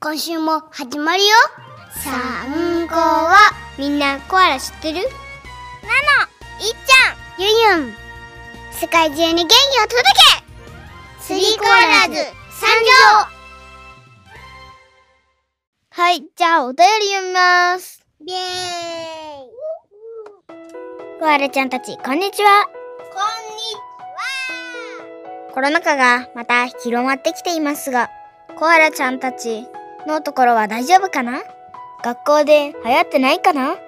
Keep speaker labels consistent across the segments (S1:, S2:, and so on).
S1: 今週も始まるよ参考はみんなコアラ知ってるナノいっちゃんユンユン世界中に元気を届けスリーコアラーズ参上はい、じゃあお便り読みます。イエーイコアラちゃんたち、こんにちは。こんにちは。コロナ禍がまた広まってきていますが、コアラちゃんたちのところは大丈夫かな学校で流行ってないかなと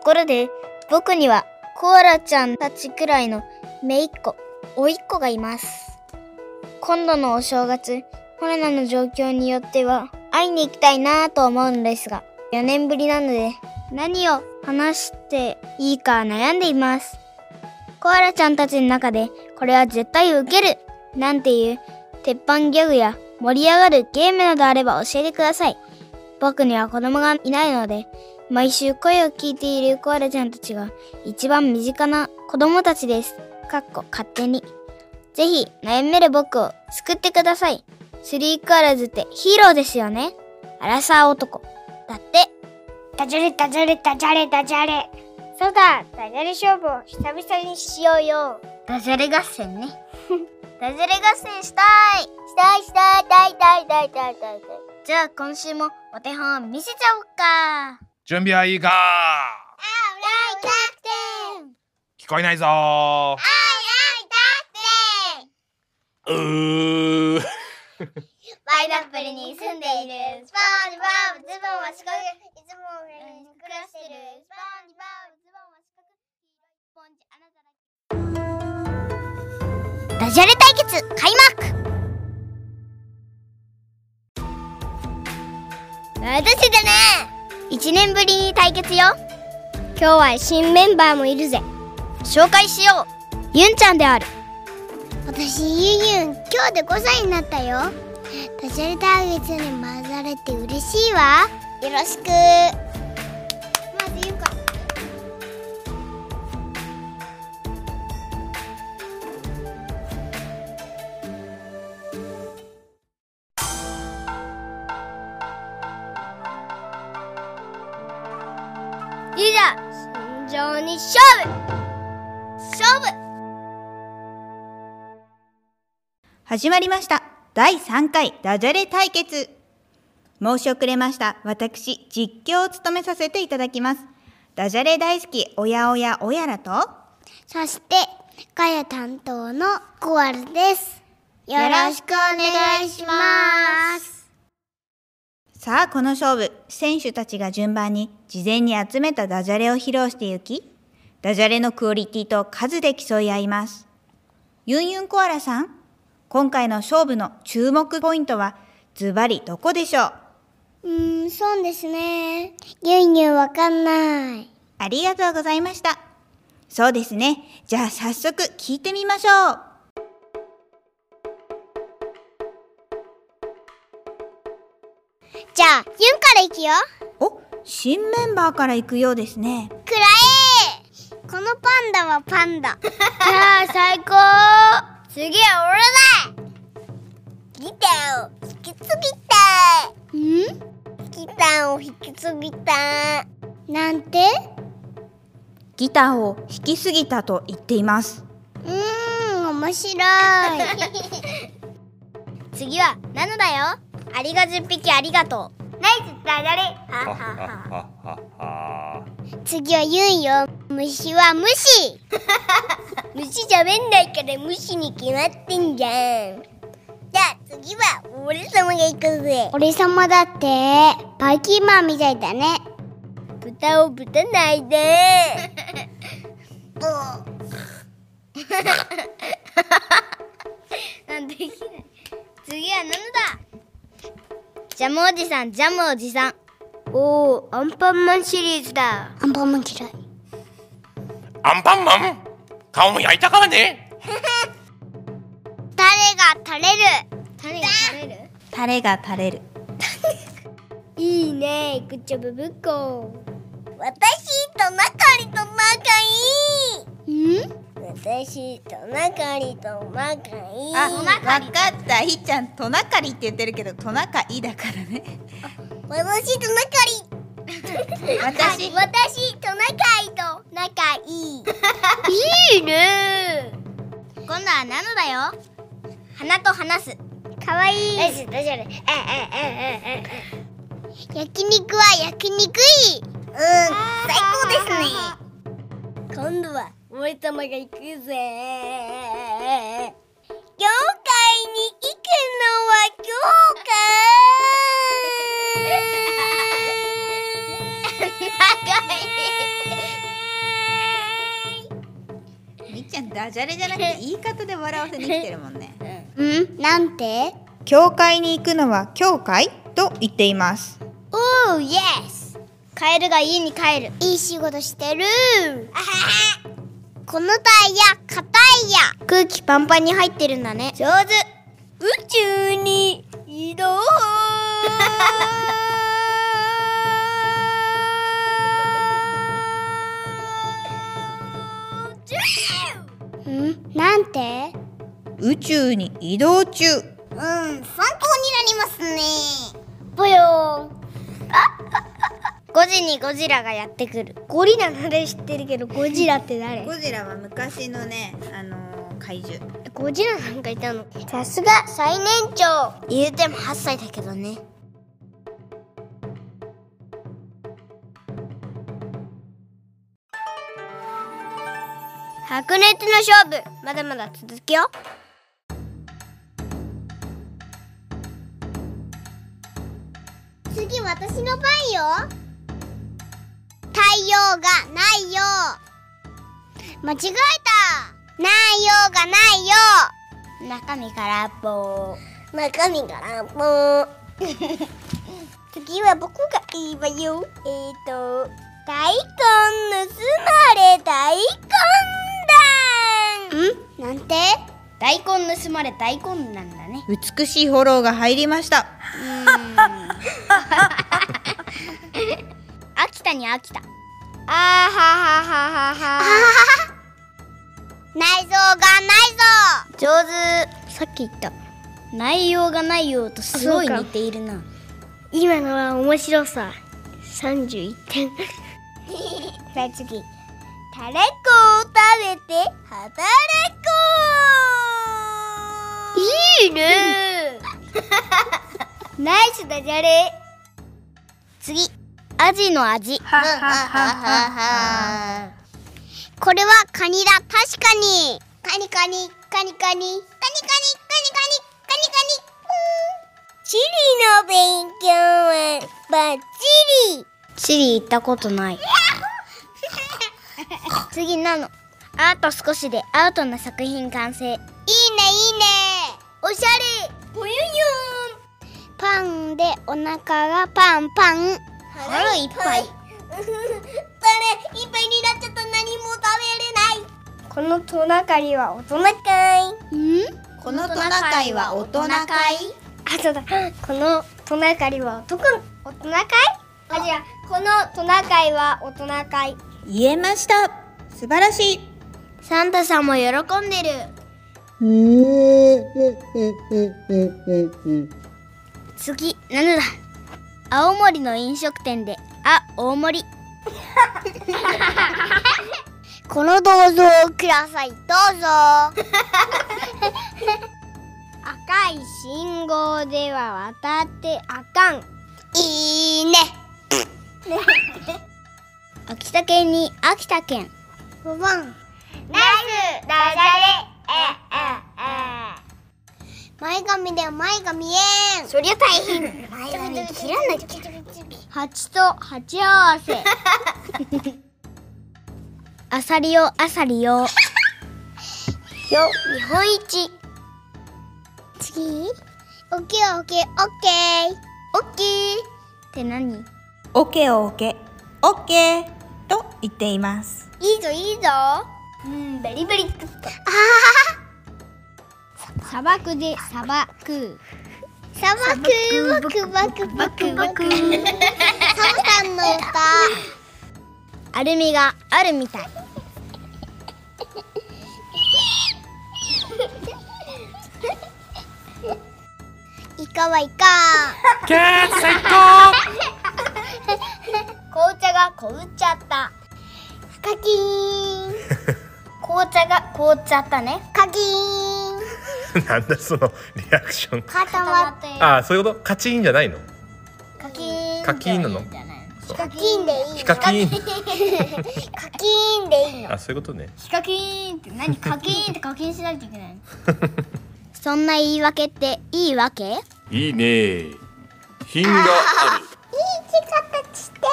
S1: ころで、僕にはコアラちゃんたちくらいの姪っ子、甥っ子がいます。今度のお正月、コロナの状況によっては会いに行きたいなぁと思うんですが、4年ぶりなので何を話していいか悩んでいます。コアラちゃんたちの中でこれは絶対ウケるなんていう鉄板ギャグや盛り上がるゲームなどあれば教えてください。僕には子供がいないので、毎週声を聞いているコアラちゃんたちが一番身近な子供たちです。かっこ勝手に。ぜひ悩める僕を救ってください。スリーカラーズってヒーローですよね。アラサー男。だって。ダジャレダジャレダジャレダジャレ。そうだ、ダジャレ勝負を久々にしようよ。ダジャレ合戦ね。 ダジャレ合戦したい。したいしたいたいたいたいたいたい。じゃあ今週もお手本見せちゃおうか。
S2: 準備はいいか
S1: ライキャプテン。
S2: 聞こえないぞう ー
S1: ワイナップルに住んでいるスポンジボブズボンは四角いつも暮らしてるスポンジボブズボンは四角スポンジあなただけダジャレ対決開幕私だね一年ぶりに対決よ今日は新メンバーもいるぜ紹介しようユンちゃんである私ユンユン今日で5歳になったよダジャレターゲットに混ざれて嬉しいわよろしくまずゆうかいざ慎重に勝負勝負
S3: 始まりました第3回ダジャレ対決申し遅れました私実況を務めさせていただきますダジャレ大好きおやおやおやらと
S1: そして、ガヤ担当のコアルです。よろしくお願いします。
S3: さあこの勝負選手たちが順番に事前に集めたダジャレを披露していきダジャレのクオリティと数で競い合いますユンユンコアラさん今回の勝負の注目ポイントはズバリどこでしょう
S1: うーん、そうですね。ゆいゆいわかんない。
S3: ありがとうございました。そうですね。じゃあ早速聞いてみましょう。
S1: じゃあ、ゆんからいくよ。
S3: お、新メンバーから行くようですね。
S1: くらえこのパンダはパンダ。じゃあ、最高次は俺だギターを引き継ぎたい。んギターを引き継ぎたい。なんて
S3: ギターを弾きすぎたと言っています。
S1: うーん、面 白い。次はナノだよ。アリが10匹ありがとう。ナイスダジャレ。次はユンよ。虫は無 視。虫じゃべんないから無視に決まってんじゃん。じゃあ次は俺様が行くぜ。俺様だってバイキンマンみたいだね。豚をぶたない で。ブー。なんできない。次は何だ。ジャムおじさん、ジャムおじさん。おお、アンパンマンシリーズだ。アンパンマン嫌い。
S2: アンパンマン顔も焼いたからね
S1: タレが垂れる。タレが垂れる。
S3: タレが垂れる。
S1: いいね、グッチョブブッコ。私とナカリと仲いい。ん？
S4: 私と中里とマカイ
S3: あ、わかった。ひっちゃん、トナカリって言ってるけど、トナカイだからね。
S4: 私と中里
S3: 私
S4: 私と中里と仲いい
S1: いいね今度はナノだよ花と話すかわいい
S4: 大丈夫大丈夫
S1: 焼肉は焼肉いい
S4: うん、最高ですね。今度は俺様が行くぜ。業界に行くのは業界。
S3: ひっちゃん、ダジャレじゃなくて、言い方で笑わせに来てるもんね。
S1: うんなんて
S3: 教会に行くのは教会と言っています。
S1: おーイエスカエルが家に帰るいい仕事してるこのタイヤ硬いや空気パンパンに入ってるんだね上手
S4: 宇宙に移 動。
S1: うんなんて
S3: 宇宙に移動中。
S4: うん、参考になりますね。
S1: ぽよー5時にゴジラがやってくるゴリラなら知ってるけどゴジラって誰
S3: ゴジラは昔のね、あのー怪獣。
S1: ゴジラなんかいたのさすが最年長言うても8歳だけどね白熱の勝負まだまだ続くよ次私の番よ太陽がないよ間違えた内容がないよ中身からぼ
S4: 中身がらもう次は僕が言いばよえーと大根盗まれ大根
S1: んなんて大根盗まれ大根なんだね
S3: 美しいフォローが入りました。
S1: 秋田に秋田あーははははは内臓がないぞ上手さっき言った内容がないようとすごい似ているな今のは面白さ31点
S4: だんさあ次タレコを食べて働こう
S1: いいねナイスダジャレ次アジの味これはカニだ確かにカニカニカニカニカニカニカニカニカニ
S4: 地理の勉強はバッチリ
S1: チリ行ったことない次なのあと少しでアウトな作品完成いいねいいねおしゃれ
S4: ぽよよん
S1: パンでお腹がパンパン腹いっぱい
S4: それいっぱいになっちゃった何も食べれない
S1: このトナカリは大人
S4: かい
S1: うん
S3: このトナカイは大人会。
S1: あとだこのトナカイは男の大人会あじゃあこのトナカイは大人会
S3: 言えました。素晴らしい。
S1: サンタさんも喜んでる次なんだ青森の飲食店であ大盛りこの銅像をくださいどうぞ 赤い信号では渡ってあかんいいね秋田県に秋田県5番ナイスダジャレ前髪で前髪えんそりゃ大 変前髪切らなきゃ蜂と蜂合わせ アサリよアサリよよ日本一次オッケーオッケーオッケーオッケーって何
S3: オケオケ、オッケーと言っています。
S1: いいぞいいぞうんベリベリっと砂漠で砂漠砂漠バクバクバクバクサムさんの歌アルミがあるみたいかわいか
S2: けー最高
S1: 紅茶が凍っちゃったカキーン 紅茶が凍っちゃったねカキーン
S5: なんだそのリアクション
S1: 固まって
S5: ああそういうことカチンじゃないの
S1: カキーン
S5: カキンなの
S1: カキーンでいい
S5: ヒカキン
S1: カキーンでいいの
S5: あそういうことね
S1: ヒカキーンって何カキーンって課金しなきゃいけないのそんな言い訳っていいわけいい
S2: いいね品がある
S1: 形してる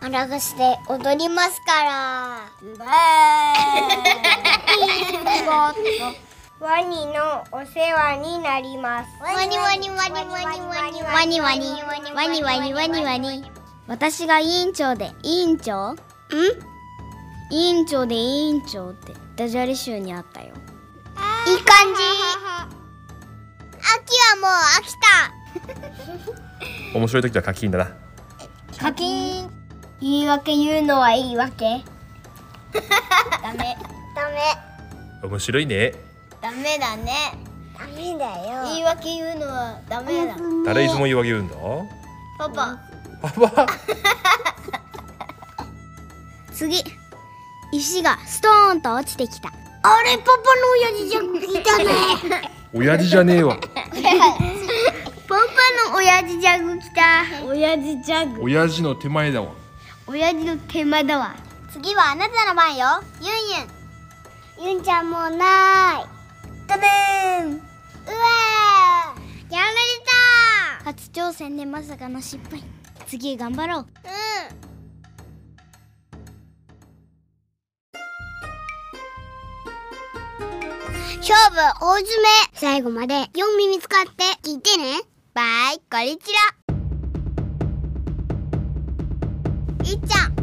S1: あらがして踊りますから
S4: ワニのお世話になります。
S1: ワニワニワニワニワニワニワニワニワニワニワニ私が委員長で委員長ん委員長で委員長ってダジャレ集にあったよいい感じ秋はもう飽きた
S5: 面白い時はカキンだな
S1: カキン言い訳言うのは言い訳ダメ
S4: ダメ
S5: 面白いね
S1: ダメだね
S4: ダメだよ。
S1: 言い訳言うのはダメだ
S5: 誰いつも言い訳言うんだ
S1: パパ
S5: パパ
S1: 次石がストーンと落ちてきた
S4: あれパパの親父じゃん。いたね。
S5: 親父じゃねえわ
S1: パパの親父ジャグ来た親父ジャグ
S5: 親父の手前だわ
S1: 親父の手前だわ次はあなたの番よユンユンユンちゃんもうないダメンうわーやられた初挑戦でまさかの失敗次頑張ろう勝負大詰め最後まで4耳使って聞いてねバイこリちらいっちゃん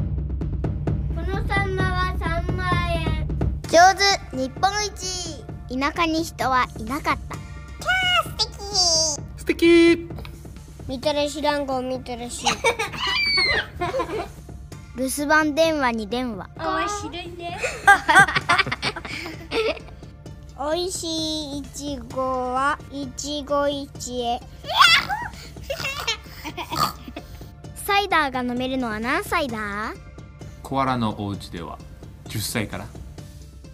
S1: このサンマは3万円上手日本一田舎に人はいなかった
S5: 素敵
S1: みたらし団子みたら し留守番電話に電話
S4: おいしいいちごはいちご一会。
S1: サイダーが飲めるのは何歳だ
S6: コアラのお家では10歳から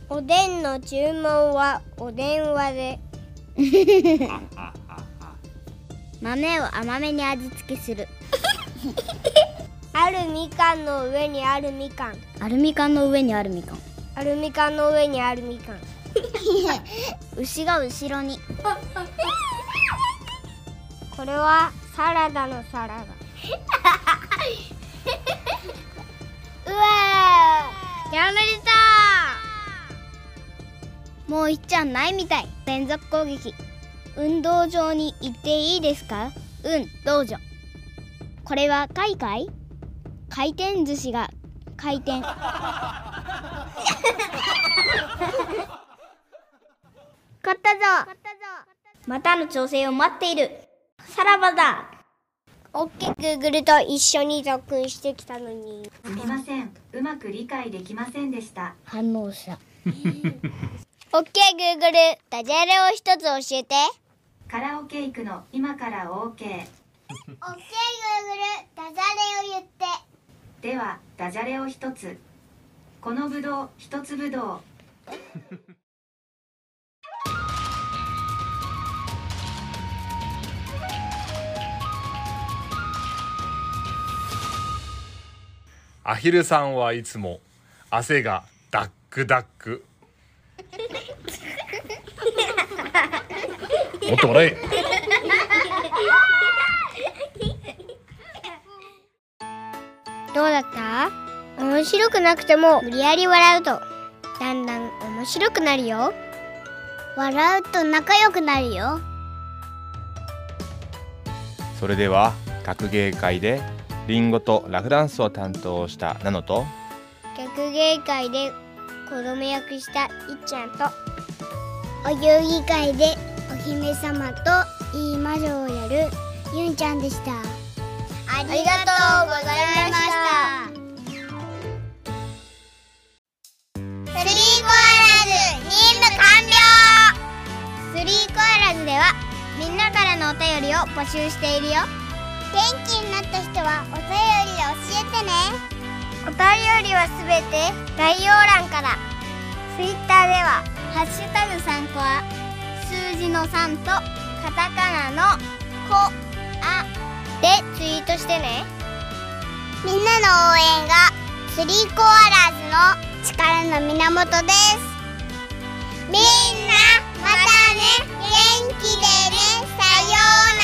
S4: おでんの注文はお電話で。
S1: 豆を甘めに味付けする
S4: あるみかんの上にあるみかん。
S1: アルミ缶の上にアルミ缶
S4: あるみかんの上にあるみかん。
S1: 牛が後ろに
S4: これはサラダのサラダ。
S1: うわやられたもういっちゃんないみたい連続攻撃運動場に行っていいですかうんどうぞこれはカイカイ回転寿司が回転勝ったぞまたの挑戦を待っているさらばだ
S4: 大きくグーグルと一緒に特訓してきたのに。
S7: すみません。うまく理解できませんでした。
S1: 反応した
S4: オッケーグーグルダジャレを一つ教えて。
S7: カラオケ行くの今から OK。
S4: オッケーグーグルダジャレを言って。
S7: ではダジャレを一つ。このぶどう一つぶどう。
S5: アヒルさんはいつも汗がダックダッ クもっと笑え
S1: どうだった面白くなくても無理やり笑うとだんだん面白くなるよ笑うと仲良くなるよ
S8: それでは学芸会でリンゴとラフダンスを担当したナノと
S1: 学芸会で子供役したいっちゃんとお遊戯会でお姫様といい魔女をやるゆんちゃんでしたありがとうございましたスリーコアラズ任務完了スリーコアラズではみんなからのおのお便りを募集しているよ
S4: 元気になった人はお便りで教えてねお便りはすべて概要欄から
S1: ツイッターでは「ハッシュタグ参考は数字の3とカタカナの「こ」「あ」でツイートしてね
S4: みんなの応援がスリーコアラーズの力の源ですみんなまたね元気でねさようなら